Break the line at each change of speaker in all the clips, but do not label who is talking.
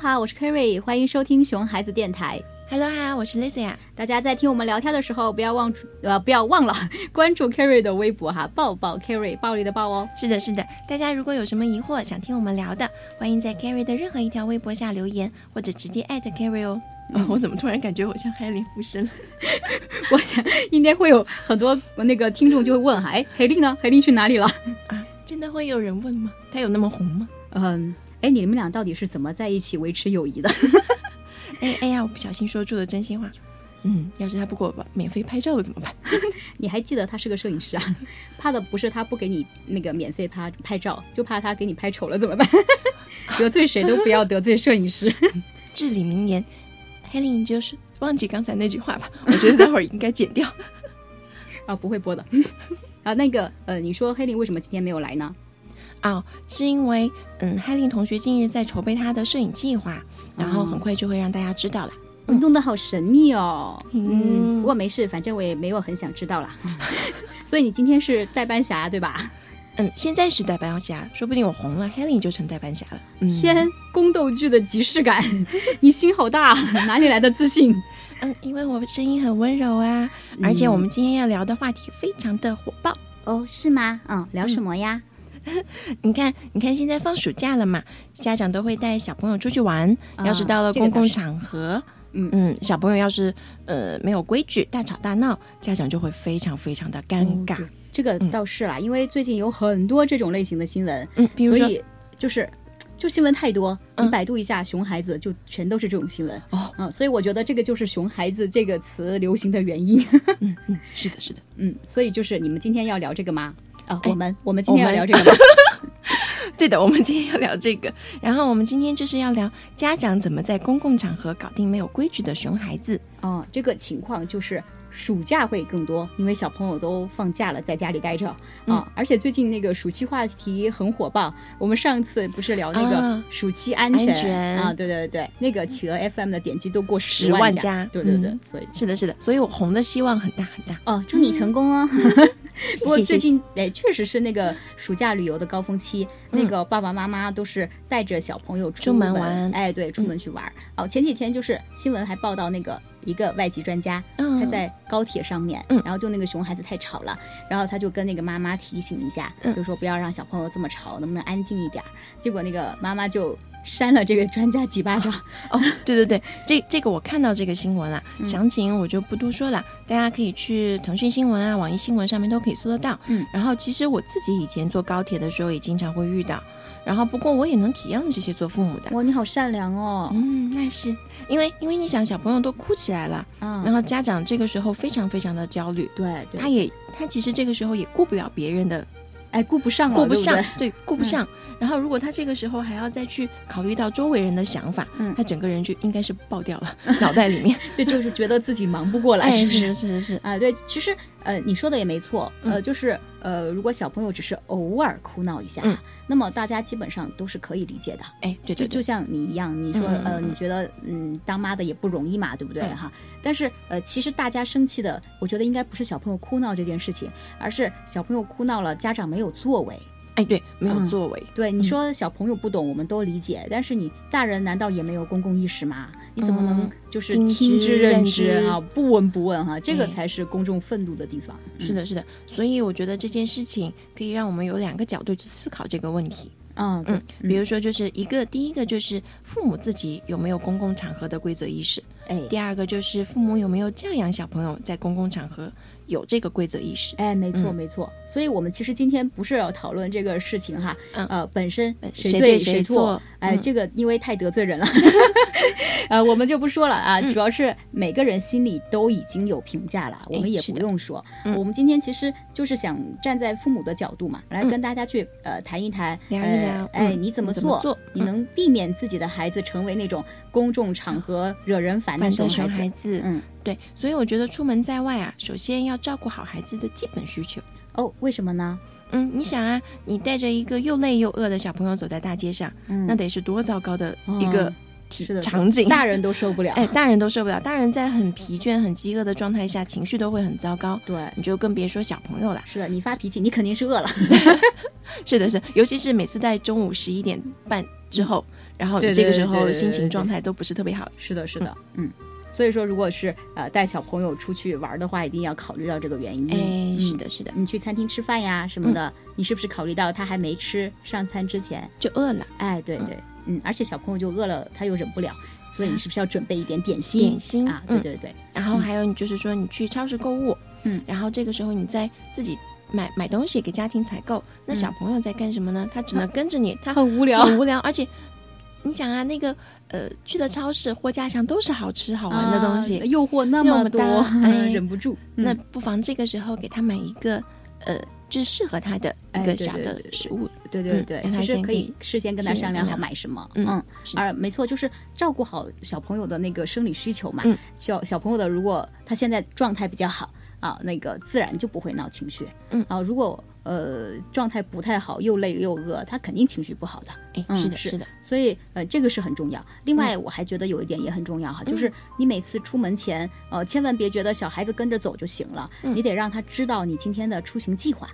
哈，我是 Kerry，欢迎收听熊孩子电台。
Hello 哈，我是 Lisa。
大家在听我们聊天的时候，不要忘呃不要忘了 关注 Kerry 的微博哈，抱抱 Kerry，暴力的抱哦。
是的，是的，大家如果有什么疑惑想听我们聊的，欢迎在 Carrie 的任何一条微博下留言，或者直接艾特 Carrie 哦。哦，我怎么突然感觉我像黑林附身了？
我想应该会有很多那个听众就会问哈，哎，海丽呢？海丽去哪里了？
啊，真的会有人问吗？他有那么红吗？
嗯，哎，你们俩到底是怎么在一起维持友谊的？
哎哎呀，我不小心说出了真心话。嗯，要是他不给我免费拍照怎么办？
你还记得他是个摄影师啊？怕的不是他不给你那个免费拍拍照，就怕他给你拍丑了怎么办？ 得罪谁都不要得罪摄影师。
至理名言，黑林，你就是忘记刚才那句话吧？我觉得待会儿应该剪掉。
啊，不会播的。 啊，那个呃，你说黑林为什么今天没有来呢？
哦，是因为嗯，海林同学近日在筹备他的摄影计划，然后很快就会让大家知道了。
你弄得好神秘哦。
嗯
不过没事，反正我也没有很想知道啦。 所以你今天是代班侠对吧？
嗯，现在是代班侠，说不定我红了，海林就成代班侠了。嗯，
天，宫斗剧的即视感， 你心好大， 哪里来的自信？
嗯，因为我声音很温柔啊，
嗯
而且我们今天要聊的话题非常的火爆。
哦，是吗？嗯，聊什么呀？
你看，你看，现在放暑假了嘛，家长都会带小朋友出去玩。
啊
要是到了
这个
公
倒
共
是
场合，
嗯
嗯，小朋友要是呃没有规矩，大吵大闹，家长就会非常非常的尴尬。
嗯对这个倒是啦、因为最近有很多这种类型的新闻，
嗯，比如
所
说，
以就是就新闻太多，你
嗯
百度一下“熊孩子”就全都是这种新闻。
哦，
嗯，所以我觉得这个就是“熊孩子”这个词流行的原因。
嗯嗯，是的，是的。
嗯，所以就是你们今天要聊这个吗？啊，
哎
我们我们今天要
我
聊
们
这个吗？
对的，我们今天要聊这个，然后我们今天就是要聊家长怎么在公共场合搞定没有规矩的熊孩子。
哦，这个情况就是暑假会更多，因为小朋友都放假了，在家里待着啊、
嗯
而且最近那个暑期话题很火爆，我们上次不是聊那个
啊
暑期安全
安全
啊对对对，那个企鹅 FM 的点击都过
10
万
万
加，
加
对对对，
嗯
所以。
是的，是的，所以我红的希望很大很大。
哦，祝你成功哦！ 不过
嗯谢谢
最近哎，确实是那个暑假旅游的高峰期，那个爸爸妈妈都是带着小朋友出
出门玩嗯
哎，对，出门去玩儿。哦，前几天就是新闻还报道那个一个外籍专家，
嗯
他在高铁上面，
嗯
然后就那个熊孩子太吵了，然后他就跟那个妈妈提醒一下，
嗯
就说不要让小朋友这么吵，能不能安静一点儿？结果那个妈妈就扇了这个专家几巴掌。
哦，对对对，这这个我看到这个新闻了，
嗯
详情我就不多说了，大家可以去腾讯新闻啊、网易新闻上面都可以搜得到。
嗯，
然后其实我自己以前坐高铁的时候也经常会遇到，然后不过我也能体谅这些做父母的。
哇，你好善良哦！
嗯，那是因为因为你想小朋友都哭起来了，然
嗯，
后家长这个时候非常非常的焦虑，
对对
他，也他其实这个时候也顾不了别人的，
哎，顾不上了，
顾不
对
上
对，嗯
对顾不上。然后如果他这个时候还要再去考虑到周围人的想法，
嗯
他整个人就应该是爆掉了， 脑袋里面。
这就是觉得自己忙不过 来，
哎，
是
是
不是？
是是是，
啊，对，其实呃，你说的也没错，呃，
嗯
就是呃，如果小朋友只是偶尔哭闹一下，
嗯
那么大家基本上都是可以理解的。
哎，对
就
对
就
对，
像你一样，你说、
嗯嗯
呃，
嗯
你觉得嗯，当妈的也不容易嘛，对不对
嗯
哈？但是呃，其实大家生气的，我觉得应该不是小朋友哭闹这件事情，而是小朋友哭闹了，家长没有作为。
哎对，没
嗯
有作为。
对，你说小朋友不懂，我们都理解，但是你大人难道也没有公共意识吗？你怎么能
嗯
就是
听
听
之
之任
任
之
之
啊？不闻不问哈，这个
哎
才是公众愤怒的地方。嗯
是的，是的，所以我觉得这件事情可以让我们有两个角度去思考这个问题。
嗯，对
嗯，比如说，就是一个第一个就是父母自己有没有公共场合的规则意识，
哎
第二个就是父母有没有教养小朋友在公共场合有这个规则意识。
哎，没错
嗯
没错。所以我们其实今天不是要讨论这个事情哈，
嗯
呃，本身
本
谁
谁
对
对谁
错
错，
哎，
嗯
这个因为太得罪人 了，呃，我们就不说了啊。
嗯
主要是每个人心里都已经有评价了，我
哎
们也
是
不
的
用说。
嗯
我们今天其实就是想站在父母的角度嘛，来
嗯
跟大家去呃谈一谈，
聊一
呃
聊
哎，
嗯
你怎么
你怎么做
你
嗯
能避免自己的孩子成为那种公众场合惹人烦的
反
熊
正熊
孩
孩
子？
子，
嗯，
对，所以我觉得出门在外啊，首先要照顾好孩子的基本需求。
哦，为什么呢？
嗯，你想啊，你带着一个又累又饿的小朋友走在大街上，
嗯，
那得是多糟糕的一个
哦
体、
是的
场景。
大人都受不了。
哎，大人都受不了，大人在很疲倦、很饥饿的状态下，情绪都会很糟糕，
对，
你就更别说小朋友啦。
是的，你发脾气，你肯定是饿了。
是的，是的，尤其是每次在中午十一点半之后，然后
嗯对
这个
对
时
对对
候
对
心情
对
状态都不是特别好。
是的，是的，嗯。所以说，如果是呃带小朋友出去玩的话，一定要考虑到这个原因。
哎，是
嗯
的，嗯是的，
你去餐厅吃饭呀什么的，你是不是考虑到他还没吃上餐之前？
就饿了，
哎，对
嗯啊
对，嗯，而且小朋友就饿了，他又忍不了，所以你是不是要准备一点点心？
点心
啊，对
嗯，
对对，
然后还有你就是说你去超市购物，
嗯
然后这个时候你再自己买买东西给家庭采购，那
嗯
小朋友在干什么呢？他只能跟着你，他
很无
很无聊，而且你想啊，那个呃，去了超市或家常都是好吃好玩的东西，
啊诱惑那
那
么
么
多，
大哎
忍不住。
那
嗯
不妨这个时候给他买一个呃，就是适合他的一
哎
个
对
小
对
的
对
食物。
对对
嗯
对，
让他
其实
先
可
可以
以事先跟他
先
商量
商
好
量
买什么。
嗯
嗯，
是
而没错，就是照顾好小朋友的那个生理需求嘛。
嗯
小小朋友的，如果他现在状态比较好啊，那个自然就不会闹情绪。
嗯
啊，如果呃状态不太好，又累又饿，他肯定情绪不好的。
哎，
嗯
是的，
是
是的，
所以呃，这个是很重要。
嗯
另外，我还觉得有一点也很重要哈，就是你每次出门前，呃，千万别觉得小孩子跟着走就行了，
嗯
你得让他知道你今天的出行计划。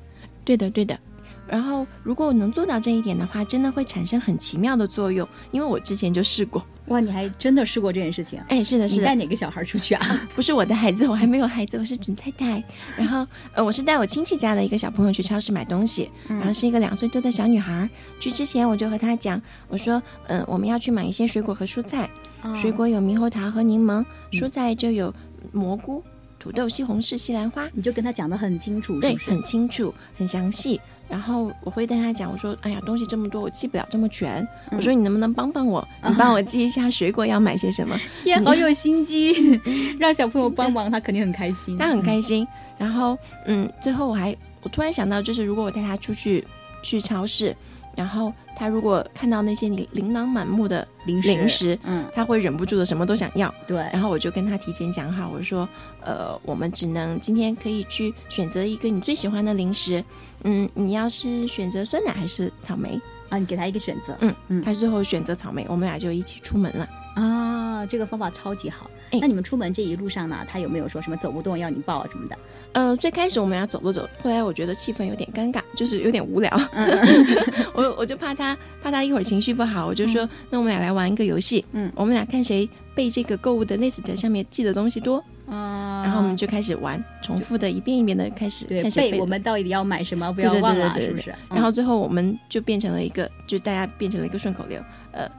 对的，对的。然后，如果能做到这一点的话，真的会产生很奇妙的作用。因为我之前就试过，
哇，你还真的试过这件事情？
哎，是的，是
你
的
带，哪个小孩出去 啊？
不是我的孩子，我还没有孩子，我是准太太。然后，呃，我是带我亲戚家的一个小朋友去超市买东西，然后是一个两岁多的小女孩儿。去之前我就和她讲，我说，嗯、我们要去买一些水果和蔬菜，
嗯
水果有猕猴桃和柠檬，蔬菜就有蘑菇、土豆、西红柿、西兰花，
你就跟他讲的很清楚，
对，
是不是
很清楚，很详细。然后我会跟他讲，我说，哎呀，东西这么多，我记不了这么全。我说，你能不能帮帮我？你帮我记一下水果要买些什么？
天，好有心机， 让小朋友帮忙，他肯定很开心。
嗯他很开心。然后，嗯，最后我还我突然想到，就是如果我带他出去去超市，然后他如果看到那些琳琳琅满目的
嗯零食，
零食，嗯
嗯，
他会忍不住的什么都想要。
对，
然后我就跟他提前讲好，我说，呃，我们只能今天可以去选择一个你最喜欢的零食。嗯，你要是选择酸奶还是草莓？
啊，你给他一个选择
嗯，
嗯
他最后选择草莓，我们俩就一起出门了。
啊，这个方法超级好
嗯哎。
那你们出门这一路上呢，他有没有说什么走不动要你抱啊什么的？
呃，最开始我们俩走着走，后来我觉得气氛有点尴尬，就是有点无聊。
嗯
我我就怕他怕他一会儿情绪不好，我就说、那我们俩来玩一个游戏，
嗯
我们俩看谁背这个购物的 list 上面记的东西多，
啊，
然后我们就开始玩，重复的一遍一遍的开始
对
看谁背
背
的
我们到底要买什么，不
对
要
对对
忘了啊，
对
是
对
不
对
是？
然后最后我们就变成了一个，就大家变成了一个顺口溜，呃，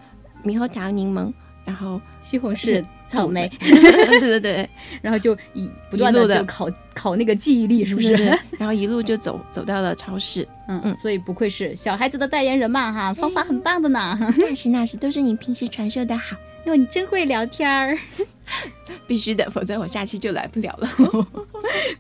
猕猴桃、柠檬，然后
嗯西红柿
是、
草莓，
对对对，
然后就以不断的
一路的
就考考那个记忆力，是
是
不是？
然后一路就走走到了超市，
嗯
嗯，
所以不愧是小孩子的代言人嘛哈，方法很棒的呢。
那是那是都是你平时传授的好，
哟，你真会聊天儿。
必须的，否则我下期就来不了了。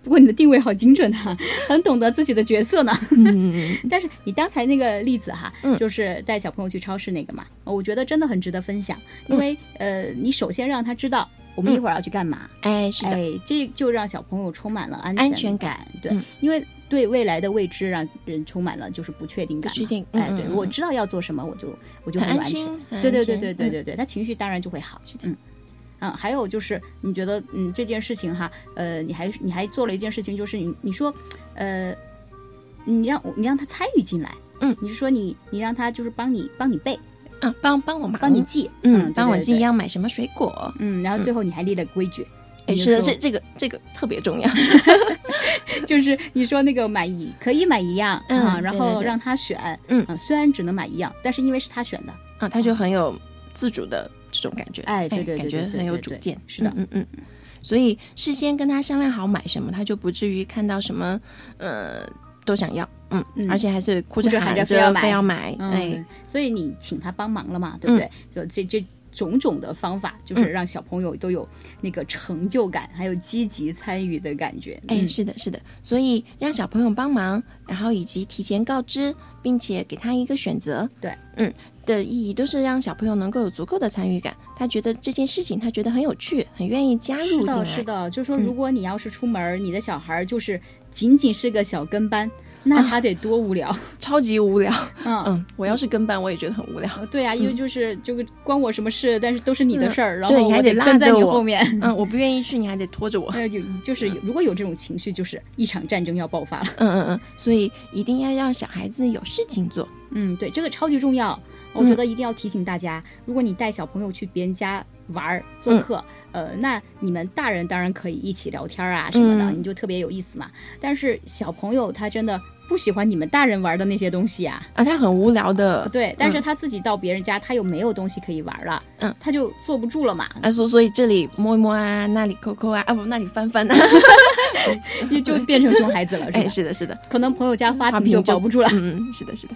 不过你的定位好精准哈、 很懂得自己的角色呢。
嗯，
但是你刚才那个例子哈，
嗯
就是带小朋友去超市那个嘛，呃我觉得真的很值得分享，因为、
嗯
呃，你首先让他知道我们一会儿要去干嘛，
哎，是的，
哎，这就让小朋友充满了安
安
全
全
感，对，
嗯
因为对未来的未知让人充满了就是不确定感嘛，
不确定
哎，
嗯嗯
对
嗯
我知道要做什么，我就我就
很
很有
安
安全
心，，很
对对对
安全嗯
对对，对对，他情绪当然就会好。嗯嗯，还有就是你觉得嗯这件事情哈，呃，你还你还做了一件事情，就是你你说，呃，你让我你让他参与进来，
嗯，
你是说你你让他就是帮你帮你背，
嗯，帮帮我忙，
帮你，记，
嗯，帮我
对对
记
对
要买什么水果。
嗯，然后最后你还立了规矩。
哎，
你就是
的，
说
这这个这个特别重要。
就是你说那个买一可以买一样、
嗯
啊，
对
然
对
后
对
让他选，
嗯
啊，虽然只能买一样，但是因为是他选的，
啊，他就很有自主的这种感觉，
哎对对对
感觉
对对
很有
对
主
对
见，
是的
嗯嗯嗯。所以事先跟他商量好买什么，他就不至于看到什么，呃，都想要，嗯，
嗯
而且还是哭
哭着
着
喊着
着
非要买
非要买，
哎
哎，，
所以你请他帮忙了嘛，对不对？就这这种种的方法，就是
嗯
让小朋友都有那个成就感，还有积极参与的感觉。
哎，
嗯
是的，是的，所以让小朋友帮忙，然后以及提前告知，并且给他一个选择，
对，
嗯，的意义都是让小朋友能够有足够的参与感，他觉得这件事情他觉得很有趣，很愿意加
是
入进来，
的，是的，就说
嗯
如果你要是出门儿，你的小孩儿就是仅仅是个小跟班，那他得多无聊。
超级 无聊，
嗯，
啊 嗯，我要是跟班我也觉得很 无聊，
呃对呀、因为就是就关我什么事，但是都是你的
嗯
事儿，然
对
后
你还
我
得拉
跟在
着
你
我
后面。
嗯，我不愿意去，你还得拖着我。
呃，有 就是有如果有这种情绪，就是一场战争要爆发了。
嗯嗯嗯，所以一定要让小孩子有事情做。
嗯，对，这个超级重要。我觉得一定要提醒大家，如果你带小朋友去别人家玩儿做客，呃，那你们大人当然可以一起聊天啊什么的，
嗯
你就特别有意思嘛。但是小朋友他真的不喜欢你们大人玩的那些东西啊，
啊，他很无聊的，
对。但是他自己到别人家，他又没有东西可以玩了，
嗯，
他就坐不住了嘛，
啊，所所以这里摸一摸啊，那里抠抠啊，啊不，那里翻 翻啊，
也就变成熊孩子了，是
哎，
吧？
是的，是的，
可能朋友家花
花
瓶就
瓶
保不住了。
嗯，是的，是的，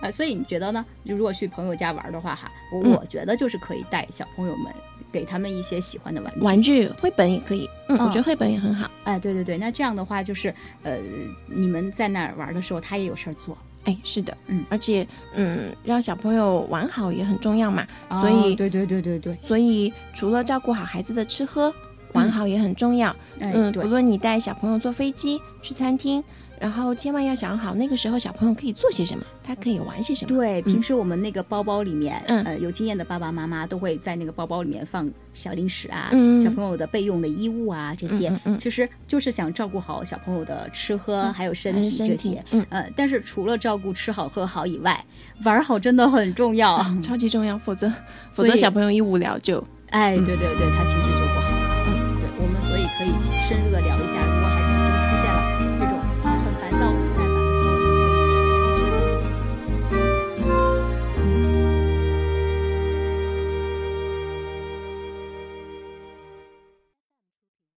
啊，所以你觉得呢？就如果去朋友家玩的话，哈，我
嗯
我觉得就是可以带小朋友们，给他们一些喜欢的玩具。
玩具、绘本也可以，嗯，
嗯
我觉得绘本也很好，
哎，对对对，那这样的话就是，呃，你们在那儿玩的时候，他也有事儿做。
哎，是的，
嗯，
而且，嗯，让小朋友玩好也很重要嘛，所
哦
以
对对对对对，
所以除了照顾好孩子的吃喝，玩好也很重要。
嗯哎，
嗯，不
对，
论你带小朋友坐飞机、去餐厅，然后千万要想好那个时候小朋友可以做些什么，他可以玩些什么。
对，平时我们那个包包里面，
嗯
呃，有经验的爸爸妈妈都会在那个包包里面放小零食啊，
嗯
小朋友的备用的衣物啊，这些，
嗯嗯嗯嗯
其实就是想照顾好小朋友的吃喝、还有身
还是
体
身
这
体
些。，
嗯，
呃，但是除了照顾吃好喝好以外，玩儿好真的很重要。
超级重要，否则否
嗯所以
则小朋友一无聊就
哎，
嗯
对对对，他情绪就不好了。
嗯
嗯，对，我们所以可以深入的聊一下